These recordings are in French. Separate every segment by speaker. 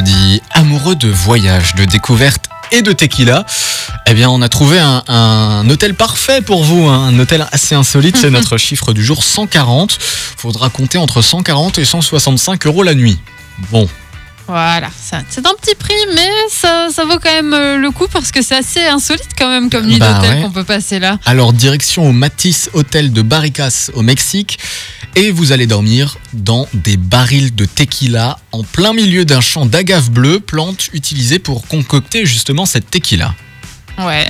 Speaker 1: dit amoureux de voyage, de découverte et de tequila, eh bien on a trouvé un, un hôtel parfait pour vous, hein, un hôtel assez insolite, c'est notre chiffre du jour 140. Faudra compter entre 140 et 165 euros la nuit. Bon,
Speaker 2: Voilà, ça- c'est un petit prix, mais ça, ça vaut quand même euh, le coup parce que c'est assez insolite quand même comme nuit
Speaker 1: Bah
Speaker 2: d'hôtel
Speaker 1: ouais.
Speaker 2: qu'on peut passer là.
Speaker 1: alors direction au Matisse Hôtel de Barricas au Mexique et vous allez dormir dans des barils de tequila en plein milieu d'un champ d'agave bleu, plante utilisée pour concocter justement cette tequila.
Speaker 2: Ouais,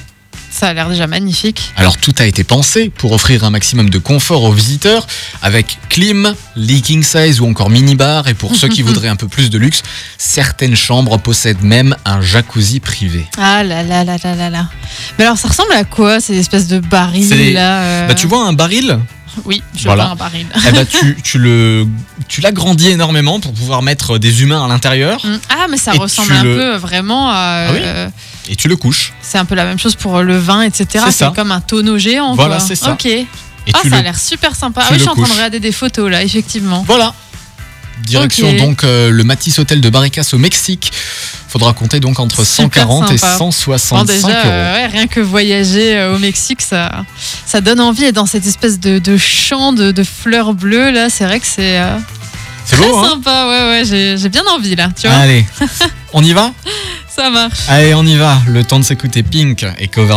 Speaker 2: ça a l'air déjà magnifique.
Speaker 1: Alors tout a été pensé pour offrir un maximum de confort aux visiteurs avec clim, leaking size ou encore minibar et pour ceux qui voudraient un peu plus de luxe, certaines chambres possèdent même un jacuzzi privé.
Speaker 2: Ah là là là là là là. Mais alors ça ressemble à quoi ces espèces de barils
Speaker 1: C'est des-
Speaker 2: là euh,
Speaker 1: Bah tu vois un baril,
Speaker 2: Oui, je
Speaker 1: Voilà.
Speaker 2: vois un baril.
Speaker 1: eh bah, tu, tu le tu l'agrandis énormément pour pouvoir mettre des humains à l'intérieur
Speaker 2: Mm. Ah mais ça
Speaker 1: Et
Speaker 2: ressemble
Speaker 1: tu
Speaker 2: un
Speaker 1: le-
Speaker 2: peu euh, vraiment à...
Speaker 1: Ah oui
Speaker 2: euh,
Speaker 1: et tu le couches
Speaker 2: c'est un peu la même chose pour euh, le vin, etc.
Speaker 1: C'est ça.
Speaker 2: C'est comme un tonneau géant.
Speaker 1: Voilà,
Speaker 2: quoi.
Speaker 1: c'est ça.
Speaker 2: Ok.
Speaker 1: et
Speaker 2: Ah
Speaker 1: tu
Speaker 2: ça a
Speaker 1: le
Speaker 2: l'air super sympa. Ah
Speaker 1: tu le
Speaker 2: oui, je suis en train de
Speaker 1: couches.
Speaker 2: regarder des photos là, effectivement.
Speaker 1: voilà. Direction
Speaker 2: Ok.
Speaker 1: donc euh, le Matisse Hôtel de Barricas au Mexique. Faudra compter donc entre
Speaker 2: Super
Speaker 1: 140 et
Speaker 2: sympa.
Speaker 1: 165
Speaker 2: Bon, déjà,
Speaker 1: euros.
Speaker 2: euh, ouais, rien que voyager euh, au Mexique, ça, ça donne envie. Et dans cette espèce de, de champ de, de fleurs bleues, là, c'est vrai que c'est euh,
Speaker 1: C'est
Speaker 2: très
Speaker 1: beau hein
Speaker 2: sympa. Ouais, ouais, j'ai j'ai bien envie, là. Tu vois,
Speaker 1: Allez, on y va
Speaker 2: ça marche.
Speaker 1: Allez, on y va. Le temps de s'écouter Pink et Cover.